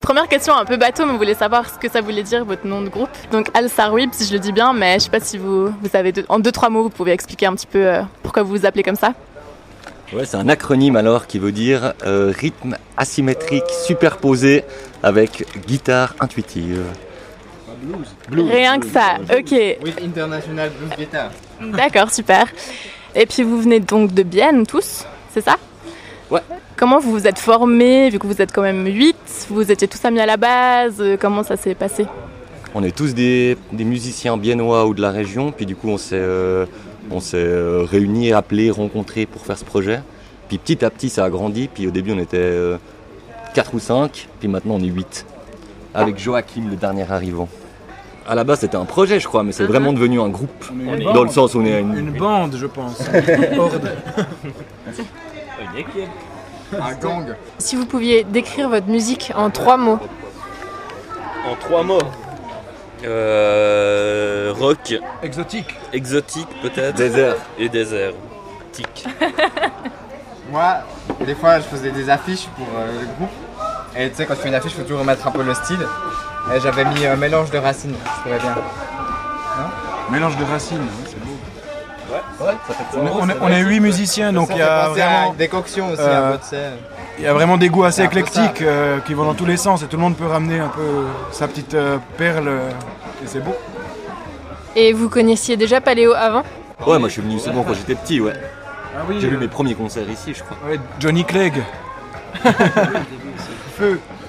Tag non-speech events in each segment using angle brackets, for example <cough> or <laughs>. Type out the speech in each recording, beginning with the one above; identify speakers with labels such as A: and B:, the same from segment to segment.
A: Première question un peu bateau, mais on voulait savoir ce que ça voulait dire votre nom de groupe. Donc Al Sarouib, si je le dis bien, mais je sais pas si vous, vous avez deux- en deux trois mots, vous pouvez expliquer un petit peu euh, pourquoi vous vous appelez comme ça.
B: Ouais, c'est un acronyme alors qui veut dire euh, rythme asymétrique superposé avec guitare intuitive.
A: Rien que ça. Ok,
C: With International Blues Guitar.
A: d'accord, super. Et puis vous venez donc de Bienne tous, c'est ça
B: Ouais.
A: Comment vous vous êtes formés, vu que vous êtes quand même 8, vous étiez tous amis à la base, euh, comment ça s'est passé
B: On est tous des, des musiciens biennois ou de la région, puis du coup on s'est euh, on s'est euh, réunis, appelés, rencontrés pour faire ce projet. Puis petit à petit ça a grandi, puis au début on était 4 ou 5, puis maintenant on est 8. Avec Joachim le dernier arrivant. À la base c'était un projet je crois, mais c'est vraiment devenu un groupe. Dans le sens où Uh-huh. on est une,
D: Une bande, je pense.
C: Un gang.
E: Si vous pouviez décrire votre musique en trois mots,
F: En trois mots. Euh, rock,
D: Exotique.
F: exotique peut-être.
B: désert.
F: Et désert. Tic.
C: Moi, des fois, je faisais des affiches pour euh, le groupe. Et tu sais, quand tu fais une affiche, faut toujours remettre un peu le style. Et j'avais mis un mélange de racines, je trouvais bien.
D: Mélange de racines. ouais, c'est beau. On est- on est,
B: c'est
D: on est huit musiciens, donc
C: Ça
D: il y
C: fait
D: a
C: penser à
D: vraiment,
C: décoction aussi,
D: euh,
C: un peu, tu sais.
D: il y a vraiment des goûts assez
C: un peu ça.
D: éclectiques euh, qui vont dans tous les sens et tout le monde peut ramener un peu sa petite euh, perle euh, et c'est beau.
E: et vous connaissiez déjà Paléo avant
B: Ouais, moi je suis venu seulement quand j'étais petit, ouais.
D: Ah oui.
B: J'ai vu mes premiers concerts ici, je crois.
D: Johnny Clegg.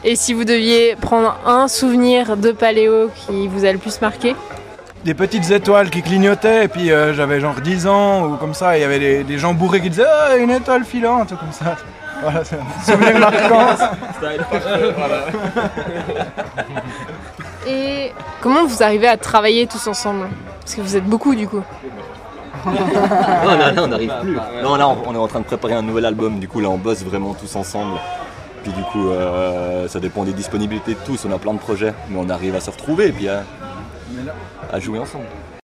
E: Et si vous deviez prendre un souvenir de Paléo qui vous a le plus marqué
D: Des petites étoiles qui clignotaient et puis euh, j'avais genre 10 ans ou comme ça et il y avait des, des gens bourrés qui disaient Ah, une étoile filante ou comme ça. <laughs> Voilà, c'est un souvenir marquant.
E: Et comment vous arrivez à travailler tous ensemble Parce que vous êtes beaucoup du coup.
B: Non, là, là, on n'arrive plus. Non, là, on on est en train de préparer un nouvel album. Du coup, là, on bosse vraiment tous ensemble. Puis du coup, euh, ça dépend des disponibilités de tous. On a plein de projets, mais on arrive à se retrouver et puis à, à jouer ensemble.